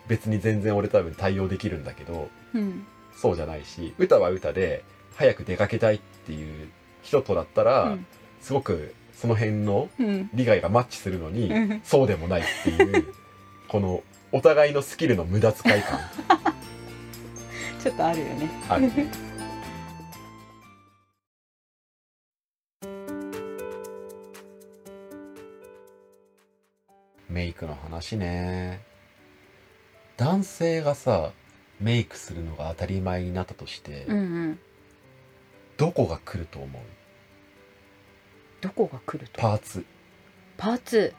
[SPEAKER 1] 別に全然俺多分対応できるんだけど
[SPEAKER 2] うん
[SPEAKER 1] そうじゃないし歌は歌で早く出かけたいっていう人とだったら、
[SPEAKER 2] うん
[SPEAKER 1] すごくその辺の
[SPEAKER 2] うん
[SPEAKER 1] 利害がマッチするのに、
[SPEAKER 2] うん
[SPEAKER 1] そうでもないっていう このお互いのスキルの無駄遣い感
[SPEAKER 2] ちょっとあるよね
[SPEAKER 1] あるねメイクの話ね男性がさメイクするのが当たり前になったとして、
[SPEAKER 2] うんうん
[SPEAKER 1] どこが来ると思う
[SPEAKER 2] どこが来ると
[SPEAKER 1] パーツ
[SPEAKER 2] パーツ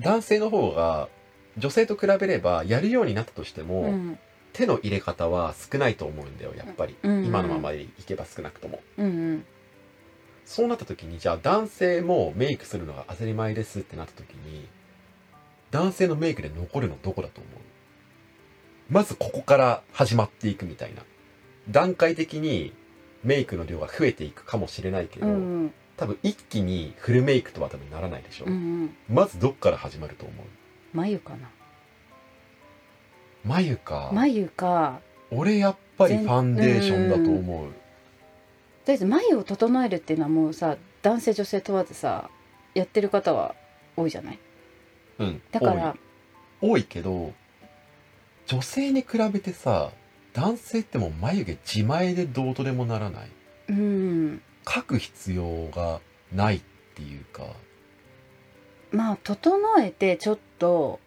[SPEAKER 1] 男性の方が女性と比べればやるようになったとしても、
[SPEAKER 2] うん
[SPEAKER 1] 手の入れ方は少ないと思うんだよやっぱり、
[SPEAKER 2] うんうん
[SPEAKER 1] 今のままでいけば少なくとも
[SPEAKER 2] うんうん
[SPEAKER 1] そうなった時にじゃあ男性もメイクするのが当たり前ですってなった時に男性のメイクで残るのどこだと思うまずここから始まっていくみたいな段階的にメイクの量が増えていくかもしれないけど、
[SPEAKER 2] うん
[SPEAKER 1] 多分一気にフルメイクとは多分ならないでしょ、
[SPEAKER 2] うんうん
[SPEAKER 1] まずどっから始まると思う
[SPEAKER 2] 眉かな
[SPEAKER 1] 眉か
[SPEAKER 2] 眉か
[SPEAKER 1] 俺やっぱりファンデーションだと思う、
[SPEAKER 2] とりあえず眉を整えるっていうのはもうさ男性女性問わずさやってる方は多いじゃない
[SPEAKER 1] うん、
[SPEAKER 2] だから
[SPEAKER 1] 多い多いけど女性に比べてさ男性ってもう眉毛自前でどうとでもならない
[SPEAKER 2] うん
[SPEAKER 1] 描く必要がないっていうか
[SPEAKER 2] まあ整えてちょっと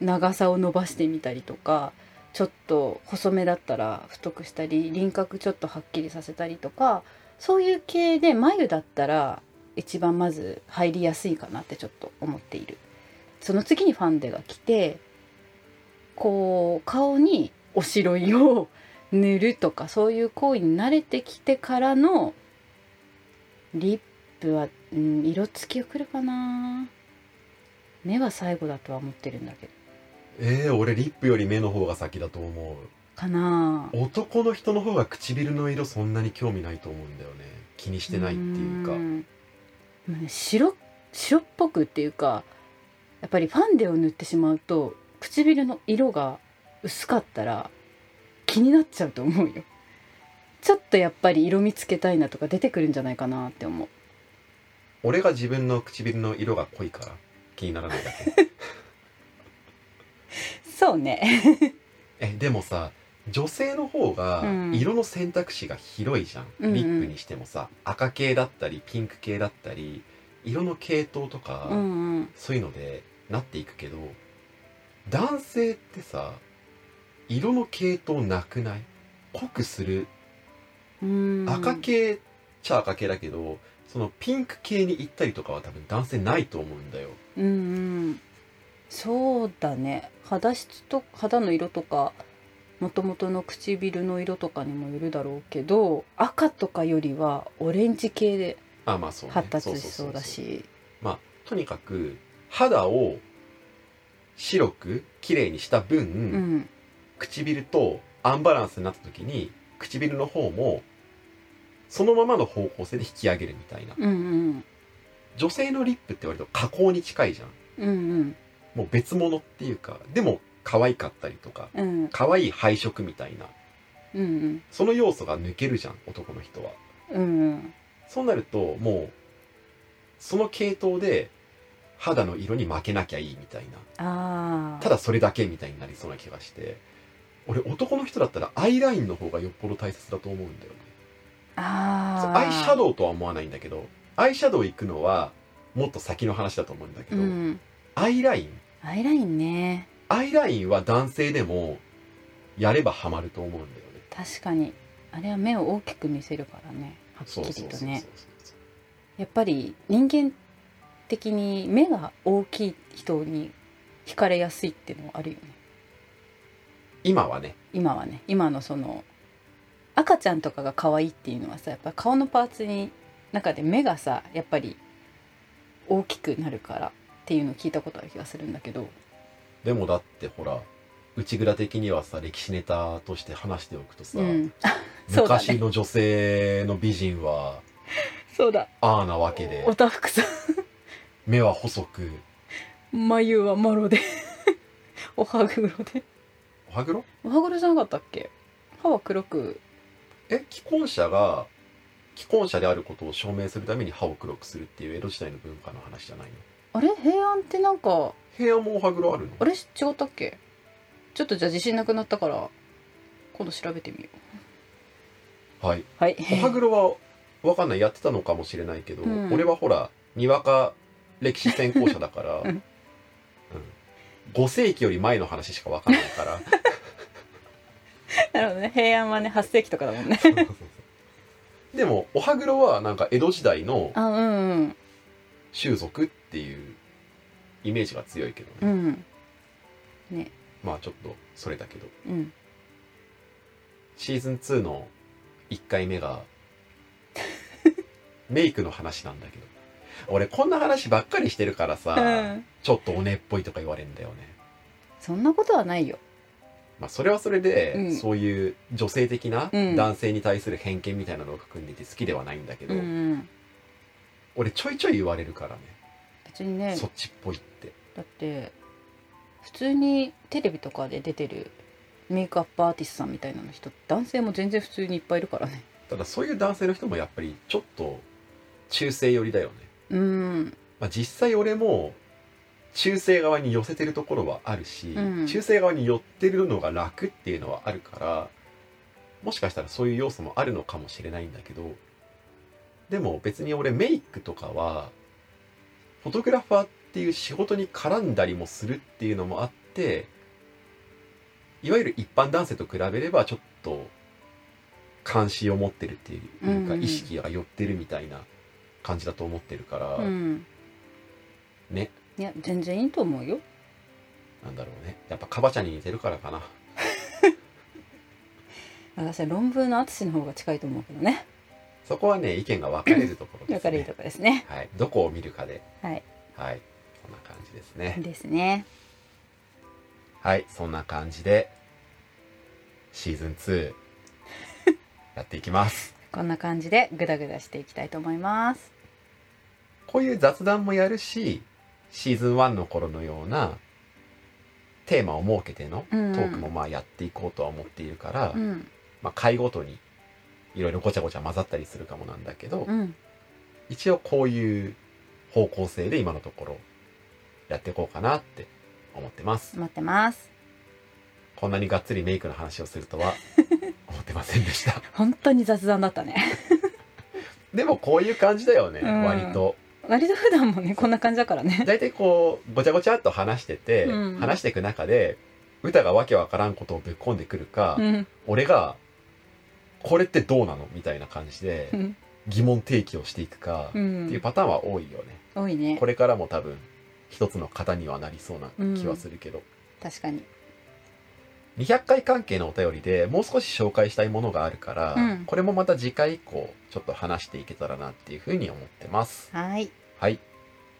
[SPEAKER 2] 長さを伸ばしてみたりとかちょっと細めだったら太くしたり輪郭ちょっとはっきりさせたりとかそういう系で眉だったら一番まず入りやすいかなってちょっと思っているその次にファンデが来てこう顔におしろいを塗るとかそういう行為に慣れてきてからのリップリップは、うん、色付きが来るかな目は最後だとは思ってるんだけど
[SPEAKER 1] えー、俺リップより目の方が先だと思
[SPEAKER 2] かな
[SPEAKER 1] う男の人の方が唇の色そんなに興味ないと思うんだよね気にしてないっていうか
[SPEAKER 2] んでもね白白っぽくっていうかやっぱりファンデを塗ってしまうと唇の色が薄かったら気になっちゃうと思うよちょっとやっぱり色味つけたいなとか出てくるんじゃないかなって思う
[SPEAKER 1] 俺が自分の唇の色が濃いから気にならないだけ
[SPEAKER 2] そうね
[SPEAKER 1] えでもさ女性の方が
[SPEAKER 2] うん
[SPEAKER 1] 色の選択肢が広いじゃん、
[SPEAKER 2] うんうん
[SPEAKER 1] リップにしてもさ赤系だったりピンク系だったり色の系統とか、
[SPEAKER 2] うんうん
[SPEAKER 1] そういうのでなっていくけど男性ってさ色の系統なくない濃くする
[SPEAKER 2] うん
[SPEAKER 1] 赤系っちゃ赤系だけどそのピンク系に行ったりとかは多分男性ないと思うんだよ
[SPEAKER 2] うんうんそうだね肌質と肌の色とかもともとの唇の色とかにもよるだろうけど赤とかよりはオレンジ系で
[SPEAKER 1] あまあそう、ね、
[SPEAKER 2] 発達しそうだし
[SPEAKER 1] まあ、とにかく肌を白く綺麗にした分、
[SPEAKER 2] うん
[SPEAKER 1] 唇とアンバランスになった時に唇の方もそのままの方向性で引き上げるみたいな
[SPEAKER 2] うんうん
[SPEAKER 1] 女性のリップって割と加工に近いじゃん
[SPEAKER 2] うん
[SPEAKER 1] もう別物っていうかでも可愛かったりとか
[SPEAKER 2] うんうん
[SPEAKER 1] 可愛い配色みたいな
[SPEAKER 2] うんうん
[SPEAKER 1] その要素が抜けるじゃん男の人は
[SPEAKER 2] うん
[SPEAKER 1] そうなるともうその系統で肌の色に負けなきゃいいみたいな
[SPEAKER 2] ああ
[SPEAKER 1] ただそれだけみたいになりそうな気がして俺男の人だったらアイラインの方がよっぽど大切だと思うんだよねそう
[SPEAKER 2] あ
[SPEAKER 1] アイシャ
[SPEAKER 2] ウ
[SPEAKER 1] ドウとは思わないんだけどアイシャドウ行くのはもっと先の話だと思うんだけ
[SPEAKER 2] う
[SPEAKER 1] ど、
[SPEAKER 2] ん
[SPEAKER 1] アイライン
[SPEAKER 2] アイラインね
[SPEAKER 1] アイラインは男性でもやればハマると思うんだよね
[SPEAKER 2] 確かにあれは目を大きく見せるからねはっき
[SPEAKER 1] そう
[SPEAKER 2] り
[SPEAKER 1] そうそう
[SPEAKER 2] と
[SPEAKER 1] そう
[SPEAKER 2] ねやっぱり人間的に目が大きい人に惹かれやすいっていうのはあるよね
[SPEAKER 1] 今はね
[SPEAKER 2] 今はね今のその赤ちゃんとかが可愛いっていうのはさやっぱ顔のパーツに中で目がさやっぱり大きくなるからっていうのを聞いたことある気がするんだけど
[SPEAKER 1] でもだってほら内蔵的にはさ歴史ネタとして話しておくとさ、
[SPEAKER 2] うんあそうだ
[SPEAKER 1] 昔
[SPEAKER 2] ね
[SPEAKER 1] の女性の美人は
[SPEAKER 2] そうだ
[SPEAKER 1] ああなわけで
[SPEAKER 2] おたふくさ
[SPEAKER 1] 目は細く
[SPEAKER 2] ん眉はマロで お歯黒で
[SPEAKER 1] お歯黒
[SPEAKER 2] お歯黒じゃなかったっけ歯は黒く
[SPEAKER 1] え既婚者が既婚者であることを証明するために歯を黒くするっていう江戸時代の文化の話じゃないの
[SPEAKER 2] あれ平安ってなんか
[SPEAKER 1] 部屋もお歯黒あるの
[SPEAKER 2] あれ違ったっけちょっとじゃあ自信なくなったから今度調べてみよう
[SPEAKER 1] はい
[SPEAKER 2] はい
[SPEAKER 1] お歯黒は分かんないやってたのかもしれないけど、
[SPEAKER 2] うん
[SPEAKER 1] 俺はほらにわか歴史専攻者だから、
[SPEAKER 2] うん
[SPEAKER 1] うん、5世紀より前の話しか分かんないから
[SPEAKER 2] なるほどね平安はね8世紀とかだもんね
[SPEAKER 1] そうそうそうでもお歯黒はなんか江戸時代の
[SPEAKER 2] あうん
[SPEAKER 1] 習俗っていうイメージが強いけどね、
[SPEAKER 2] うんうん
[SPEAKER 1] まあちょっとそれだけど
[SPEAKER 2] うん
[SPEAKER 1] シーズン2の1回目がメイクの話なんだけど俺こんな話ばっかりしてるからさ、
[SPEAKER 2] うん
[SPEAKER 1] ちょっとおねっぽいとか言われるんだよね
[SPEAKER 2] そんなことはないよ
[SPEAKER 1] まあそれはそれで、
[SPEAKER 2] うん
[SPEAKER 1] そういう女性的な
[SPEAKER 2] うん
[SPEAKER 1] 男性に対する偏見みたいなのが組んでて好きではないんだけど、
[SPEAKER 2] うんうん
[SPEAKER 1] 俺ちょいちょい言われるからね、
[SPEAKER 2] 別にね
[SPEAKER 1] そっちっぽいって
[SPEAKER 2] だって普通にテレビとかで出てるメイクアップアーティストさんみたいなの人男性も全然普通にいっぱいいるからね
[SPEAKER 1] ただそういう男性の人もやっぱりちょっと中性寄りだよね、
[SPEAKER 2] うん
[SPEAKER 1] まあ、実際俺も中性側に寄せてるところはあるし、
[SPEAKER 2] うん
[SPEAKER 1] 中性側に寄ってるのが楽っていうのはあるからもしかしたらそういう要素もあるのかもしれないんだけどでも別に俺メイクとかはフォトグラファーっていう仕事に絡んだりもするっていうのもあっていわゆる一般男性と比べればちょっと関心を持ってるっていうか
[SPEAKER 2] うん
[SPEAKER 1] 意識が寄ってるみたいな感じだと思ってるから、
[SPEAKER 2] うん
[SPEAKER 1] ね
[SPEAKER 2] いや全然いいと思うよ
[SPEAKER 1] なんだろうねやっぱカバちゃんに似てるからかな
[SPEAKER 2] 私は論文の淳の方が近いと思うけどね
[SPEAKER 1] そこはね意見が分かれるところです、ね、
[SPEAKER 2] 分かれるとこですね
[SPEAKER 1] はい、どこを見るかで
[SPEAKER 2] はい
[SPEAKER 1] はいそんな感じですね
[SPEAKER 2] ですね
[SPEAKER 1] はいそんな感じでシーズン2 やっていきます
[SPEAKER 2] こんな感じでグダグダしていきたいと思います
[SPEAKER 1] こういう雑談もやるしシーズン1の頃のようなテーマを設けてのト
[SPEAKER 2] うん
[SPEAKER 1] ークもまあやっていこうとは思っているから、
[SPEAKER 2] うん
[SPEAKER 1] まあ、回ごとにいろいろごちゃごちゃ混ざったりするかもなんだけど、
[SPEAKER 2] うん
[SPEAKER 1] 一応こういう方向性で今のところやっていこうかなって思ってます
[SPEAKER 2] 待ってます
[SPEAKER 1] こんなにがっつりメイクの話をすると は思ってませんでした
[SPEAKER 2] 本当に雑談だったね
[SPEAKER 1] でもこういう感じだよね、
[SPEAKER 2] うん
[SPEAKER 1] 割と
[SPEAKER 2] 割と普段もねこんな感じだからね
[SPEAKER 1] 大体こうごちゃごちゃっと話してて、
[SPEAKER 2] うん
[SPEAKER 1] 話していく中で歌がわけわからんことをぶっ込んでくるか、
[SPEAKER 2] うん
[SPEAKER 1] 俺がこれってどうなのみたいな感じで
[SPEAKER 2] うん
[SPEAKER 1] 疑問提起をしていくか、
[SPEAKER 2] う
[SPEAKER 1] っていうんパターンは多いよね
[SPEAKER 2] 多いね
[SPEAKER 1] これからも多分一つの型にはなりそうな気はするけど、
[SPEAKER 2] 確かに
[SPEAKER 1] 200回関係のお便りでもう少し紹介したいものがあるから、
[SPEAKER 2] うん
[SPEAKER 1] これもまた次回以降ちょっと話していけたらなっていうふうに思ってます。
[SPEAKER 2] はい
[SPEAKER 1] はい。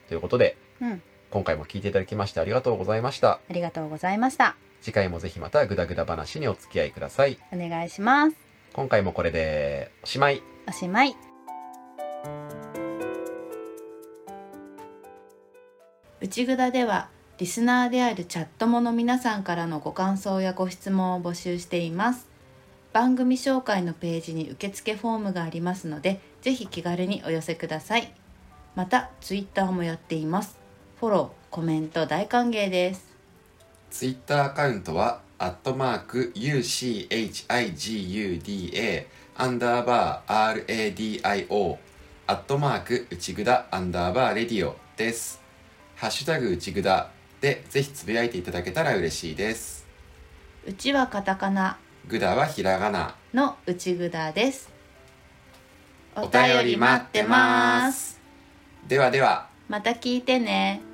[SPEAKER 1] ということで、
[SPEAKER 2] うん
[SPEAKER 1] 今回も聞いていただきましてありがとうございました。
[SPEAKER 2] ありがとうございました
[SPEAKER 1] 次回もぜひまたグダグダ話にお付き合いください。
[SPEAKER 2] お願いします
[SPEAKER 1] 今回もこれでおしまい。
[SPEAKER 2] おしまい
[SPEAKER 3] 内ぐだではリスナーであるチャットもの皆さんからのご感想やご質問を募集しています番組紹介のページに受付フォームがありますのでぜひ気軽にお寄せくださいまたツイッターもやっていますフォローコメント大歓迎です
[SPEAKER 4] ツイッターアカウントは、アットマーク UCHIGUDA アンダーバー RADIO アットマーク内ぐだアンダーバーレディオです。ハッシュタグ内ぐだでぜひつぶやいていただけたら嬉しいです。
[SPEAKER 3] うちはカタカナ
[SPEAKER 4] ぐだはひらがな。
[SPEAKER 3] の内ぐだですお便り待ってます
[SPEAKER 4] ではでは。
[SPEAKER 3] また聞いてね